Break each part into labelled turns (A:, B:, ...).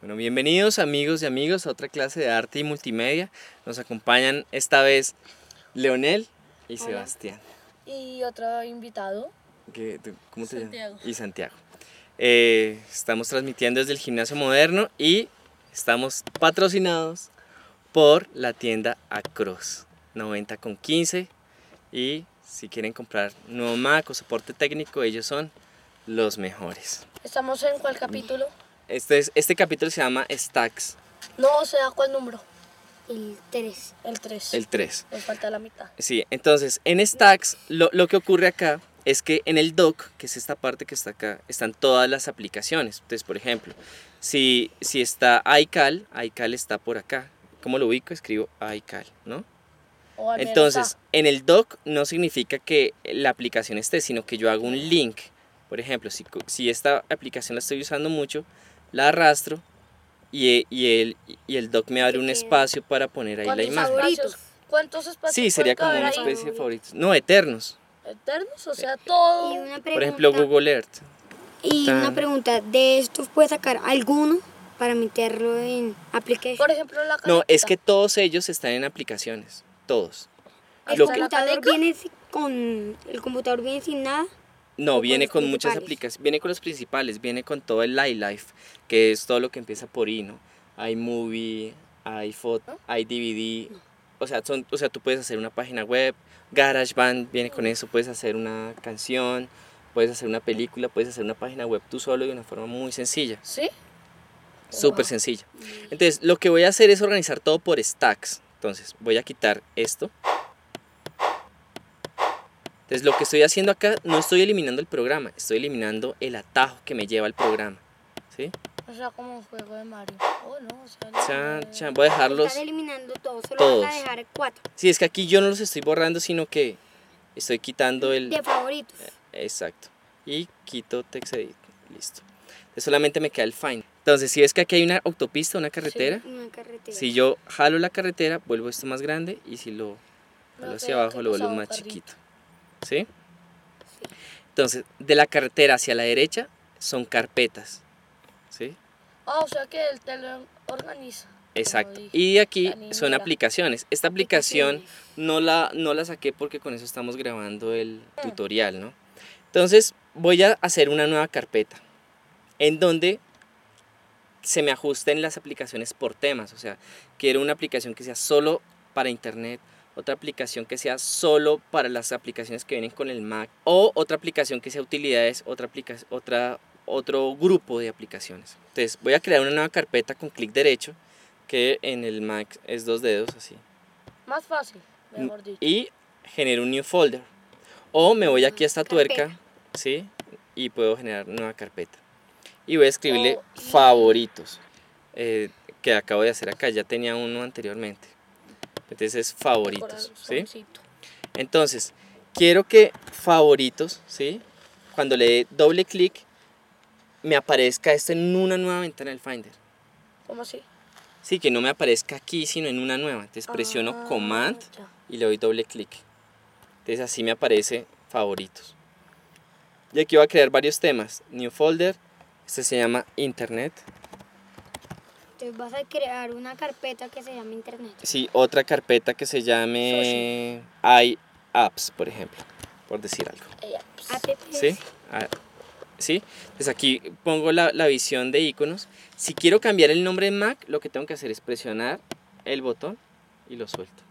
A: Bueno, bienvenidos amigos y amigas a otra clase de arte y multimedia. Nos acompañan esta vez Leonel y
B: Hola.
A: Sebastián.
B: Y otro invitado.
A: ¿Qué- tú- ¿Cómo te
B: Santiago.
A: llamas? Y Santiago. Eh, estamos transmitiendo desde el gimnasio moderno y estamos patrocinados por la tienda Across 90 con 15 y si quieren comprar nuevo Mac o soporte técnico ellos son los mejores.
B: ¿Estamos en cuál capítulo?
A: Este, es, este capítulo se llama Stacks,
B: No, o sea, ¿cuál número?
C: El 3.
B: El 3.
A: el 3.
B: Nos falta la mitad.
A: Sí, entonces en Stacks lo, lo que ocurre acá es que en el dock, que es esta parte que está acá, están todas las aplicaciones. Entonces, por ejemplo, si, si está iCal, iCal está por acá. ¿Cómo lo ubico? Escribo iCal, ¿no?
B: O al menos
A: Entonces,
B: está.
A: en el dock no significa que la aplicación esté, sino que yo hago un link. Por ejemplo, si, cu- si esta aplicación la estoy usando mucho, la arrastro y, e- y el, y el dock me abre un
C: queda.
A: espacio para poner ahí la
B: ¿Cuántos
A: imagen.
B: espacios-
C: Favoritos.
B: ah, ¿Cuántos
C: Pues,
B: espacios?
A: Sí, sería como
B: pueden
A: una
B: caber ahí?
A: especie de favoritos. No, eternos.
B: Eternos, o sea, todo.
C: Y una pregunta,
A: Por ejemplo, Google Earth.
C: Y
A: Tan.
C: una pregunta, ¿de estos puedes sacar alguno para meterlo en application?
B: Por ejemplo, la
A: No, es
B: canetica.
A: que todos ellos están en aplicaciones. Todos.
C: ¿El
A: lo que-
C: computador
B: ¿Caneca?
C: viene si- con el computador viene sin nada?
A: No,
C: con
A: viene
C: los
A: con muchas
C: principales.
A: aplicaciones. Viene con los principales. Viene con todo el iLife, que es todo lo que empieza por I, ¿no? iMovie, iPhoto, iDVD. O sea, son, o sea, tú puedes hacer una página web. GarageBand viene con eso. Puedes hacer una canción. Puedes hacer una película. Puedes hacer una página web tú solo de una forma muy sencilla.
B: ¿Sí?
A: Súper sencilla. Entonces, lo que voy a hacer es organizar todo por stacks. Entonces, voy a quitar esto. Entonces, lo que estoy haciendo acá, no estoy eliminando el programa, estoy eliminando el atajo que me lleva al programa. ¿Sí?
B: O sea, como un juego de Mario. Oh, no, o sea.
A: Chan,
B: no-
A: chan, voy a dejarlos.
C: Estás eliminando todos, solo
A: todos.
C: vas a dejar cuatro
A: Sí, es que aquí yo no los estoy borrando, sino que estoy quitando el.
C: de favoritos.
A: Exacto. Y quito text edit. Listo. Entonces, solamente me queda el find. Entonces, si ves que aquí hay una autopista, una carretera,
C: Una carretera.
A: Si yo jalo la carretera, vuelvo esto más grande y si lo jalo
B: No
A: hacia
B: creo
A: abajo,
B: que
A: lo
B: nos
A: vuelvo más
B: ahorca rico.
A: chiquito. ¿Sí? Entonces, de la carretera hacia la derecha son carpetas. ¿Sí?
B: Ah, o sea que él te lo organiza. como
A: Exacto.
B: dije.
A: Y de aquí
B: la
A: son
B: niñera.
A: aplicaciones. Esta aplicación
C: Aplicaciones.
A: no la, no la saqué porque con eso estamos grabando el tutorial, ¿no? Entonces voy a hacer una nueva carpeta en donde se me ajusten las aplicaciones por temas. O sea, quiero una aplicación que sea solo para internet, otra aplicación que sea solo para las aplicaciones que vienen con el Mac, o otra aplicación que sea utilidades, otra, aplica- otra, otro grupo de aplicaciones. Entonces voy a crear una nueva carpeta con clic derecho, que en el Mac es dos dedos así
B: Más fácil, mejor dicho.
A: Mm, y genero un new folder. O me voy aquí a esta
C: Carpeta.
A: tuerca, ¿sí? Y puedo generar nueva carpeta. Y voy a escribirle
B: O-
A: favoritos, eh, que acabo de hacer acá, ya tenía uno anteriormente. Entonces es favoritos, ¿sí?
B: Corazoncito.
A: Entonces, quiero que favoritos, ¿sí? Cuando le dé doble clic, me aparezca esto en una nueva ventana del Finder.
B: ¿Cómo así?
A: Sí, que no me aparezca aquí, sino en una nueva. Entonces presiono
B: Ah,
A: Command
B: ya.
A: y le doy doble clic. Entonces así me aparece favoritos. Y aquí voy a crear varios temas. New folder. Este se llama Internet.
C: Entonces vas a crear una carpeta que se llama internet.
A: Sí, otra carpeta que se llame iApps, por ejemplo. Por decir algo.
B: Ella, pues,
C: App.
A: ¿Sí? Ah, ¿Sí? Entonces aquí pongo la, la visión de iconos. Si quiero cambiar el nombre en Mac, lo que tengo que hacer es presionar el botón y lo suelto.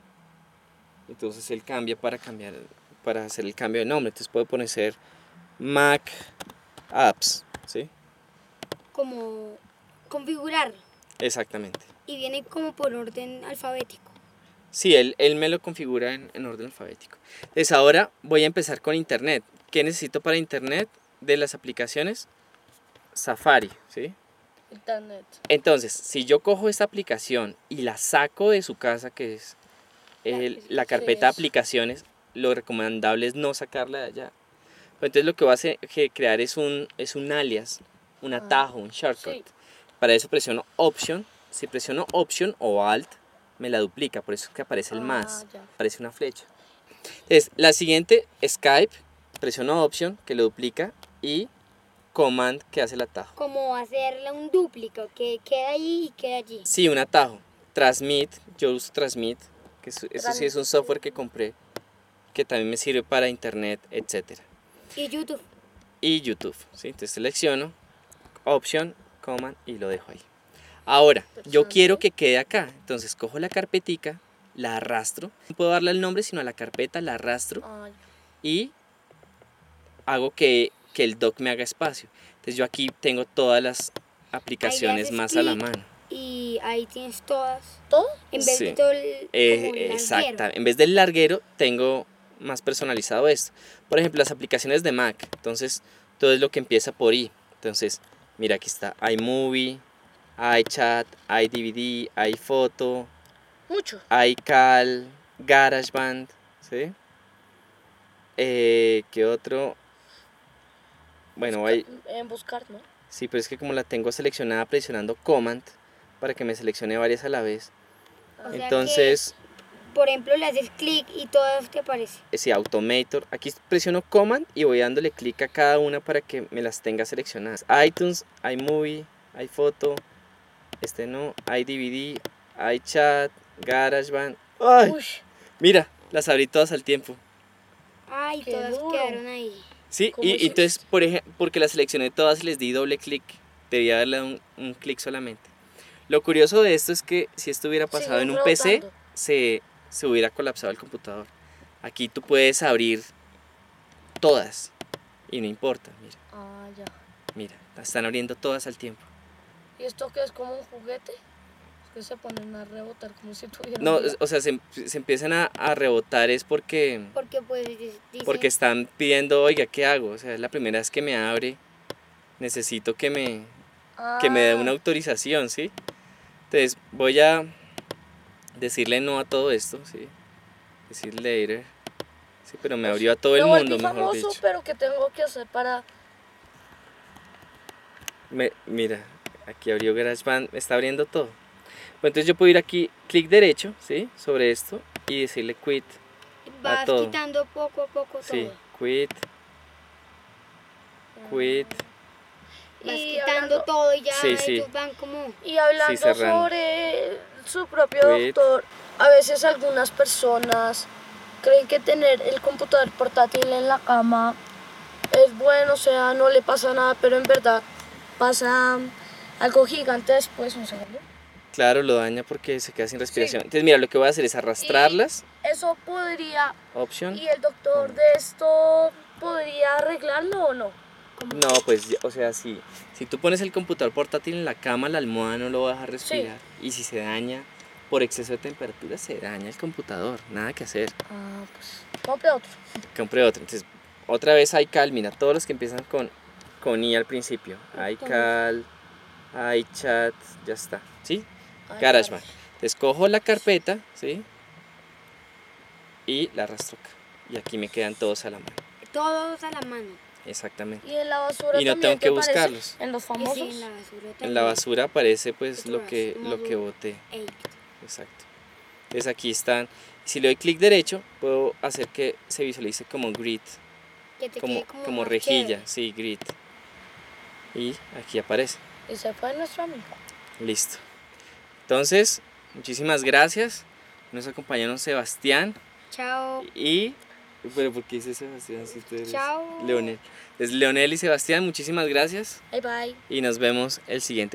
A: Entonces él cambia para cambiar para hacer el cambio de nombre. Entonces puedo poner ser Mac Apps, ¿sí?
C: Como configurarlo.
A: Exactamente.
C: Y viene como por orden alfabético.
A: Sí, él, él me lo configura en, en orden alfabético. Entonces ahora voy a empezar con Internet. ¿Qué necesito para Internet de las aplicaciones? Safari, ¿sí?
B: Internet.
A: Entonces, si yo cojo esta aplicación y la saco de su casa, que es el-
B: La-
A: la
B: sí,
A: carpeta de
B: es.
A: aplicaciones, lo recomendable es no sacarla de allá. Pero Entonces lo que va a hacer- que crear es un, es un alias, un atajo, un shortcut.
B: Ah. Sí.
A: Para eso presiono Option. Si presiono Option o Alt, me la duplica. Por eso es que aparece el
B: Ah,
A: más.
B: ya.
A: Aparece una flecha. Entonces, la siguiente, Skype. Presiono Option, que lo duplica. Y command que hace el atajo.
C: Como hacerle un duplico que queda ahí y queda allí.
A: Sí, un atajo. Transmit, yo uso Transmit, que es- eso sí es un software que compré, que también me sirve para internet, etcétera.
C: Y YouTube.
A: y YouTube. ¿sí? Entonces selecciono, opción, command y lo dejo ahí. Ahora, yo quiero que quede acá. Entonces cojo la carpetica, la arrastro. No puedo darle el nombre, sino a la carpeta, la arrastro
B: Ah,
A: y hago que, que el doc me haga espacio. Entonces yo aquí tengo todas las aplicaciones
C: haces
A: más a la
C: clic.
A: mano.
C: Y ahí tienes todas.
B: ¿Todo?
C: En vez
A: Sí.
C: de todo el.
A: Eh,
C: como el
A: exacta.
C: larguero.
A: En vez del larguero, tengo más personalizado esto. Por ejemplo, las aplicaciones de Mac. Entonces, todo es lo que empieza por i. Entonces, mira, aquí está iMovie, iChat, iDVD, iPhoto,
B: Mucho.
A: iCal, GarageBand. ¿Sí? Eh, ¿Qué otro? Bueno, hay,
B: En buscar, ¿no?
A: Sí, pero es que como la tengo seleccionada presionando Command para que me seleccione varias a la vez.
C: O sea que,
A: Entonces,
C: por ejemplo, le haces clic y todas te aparecen.
A: ese Automator. Aquí presiono Command y voy dándole clic a cada una para que me las tenga seleccionadas. iTunes, iMovie, iPhoto, este no, iDVD, iChat, GarageBand. ¡Ay!
B: Uy,
A: Mira, las abrí todas al tiempo.
C: Ay,
B: Qué
C: todas
B: duro.
C: quedaron ahí.
A: Sí,
B: ¿Cómo
A: y
B: hiciste?
A: entonces, por ej- porque las seleccioné todas y les di doble clic, debía darle un, un clic solamente. Lo curioso de esto es que si esto hubiera pasado
B: Sigue
A: en un PC,
B: rebotando.
A: se, se hubiera colapsado el computador. Aquí tú puedes abrir todas y no importa, mira,
B: ah, ya.
A: mira, las están abriendo todas al tiempo.
B: ¿Y esto qué es como un juguete? Es que se ponen a rebotar como si tuvieran.
A: No,
B: vida.
A: o sea, se, se empiezan a, a rebotar es porque,
C: Porque pues dice- dice-
A: porque están pidiendo, oiga, ¿qué hago? O sea, es la primera vez que me abre, necesito que me, que me dé una
B: Ah,
A: autorización, ¿sí? Entonces voy a decirle no a todo esto, ¿sí? Decir later. Sí, pero me abrió a todo el
B: me volví
A: mundo, mejor
B: famoso,
A: dicho.
B: pero ¿qué tengo que hacer para...?
A: Me- mira, aquí abrió GarageBand, me está abriendo todo. Bueno, entonces yo puedo ir aquí, clic derecho, ¿sí? Sobre esto y decirle quit.
C: vas
A: todo.
C: quitando poco a poco
A: Sí,
C: todo.
A: quit, quit.
C: Vas
B: Y
C: quitando
B: hablando-
C: todo y ya
A: Sí, sí.
C: ellos van como
B: Y hablando
A: cerrando.
B: sobre su propio
A: Quit.
B: doctor, a veces algunas personas creen que tener el computador portátil en la cama es bueno, o sea, no le pasa nada, pero en verdad pasa algo gigante después, un segundo.
A: Claro, lo daña porque se queda sin respiración. Entonces, mira, lo que voy a hacer es arrastrarlas.
B: Eso podría,
A: Option.
B: y el doctor de esto podría arreglarlo o no.
A: No, pues, ya- o sea, si, si tú pones el computador portátil en la cama, la almohada no lo va a dejar respirar. Y si se daña por exceso de temperatura, se daña el computador. Nada que hacer.
B: Ah, pues, compre otro.
A: Compré otro. Entonces, otra vez iCal. Mira, todos los que empiezan con, con I al principio. iCal, iChat, ya está. ¿Sí?
B: Ay,
A: GarageBand. Entonces, cojo la carpeta, ¿sí? Y la arrastro acá. Y aquí me quedan todos a la mano.
C: todos a la mano.
A: Exactamente.
B: Y en la basura
A: Y no tengo
B: también
A: que
B: aparece?
A: buscarlos.
B: En los
C: Y
B: famosos.
C: sí, en la basura
A: En la
C: también.
A: basura aparece pues
C: Otro
A: lo que,
C: más,
A: lo que
C: módulo.
A: boté.
C: Ey,
A: Exacto. Entonces aquí están. Si le doy clic derecho, puedo hacer que se visualice como grid,
C: que te
A: como,
C: quede
A: como,
C: más
A: rejilla,
C: chévere.
A: sí, grid. Y aquí aparece.
B: Y se fue nuestro amigo.
A: Listo. Entonces, muchísimas gracias. Nos acompañaron Sebastián
C: Chao.
A: y... Pero ¿por qué dice Sebastián si tú eres
C: Chao.
A: Leonel? Es Leonel y Sebastián, muchísimas gracias
B: Bye bye.
A: y nos vemos el siguiente.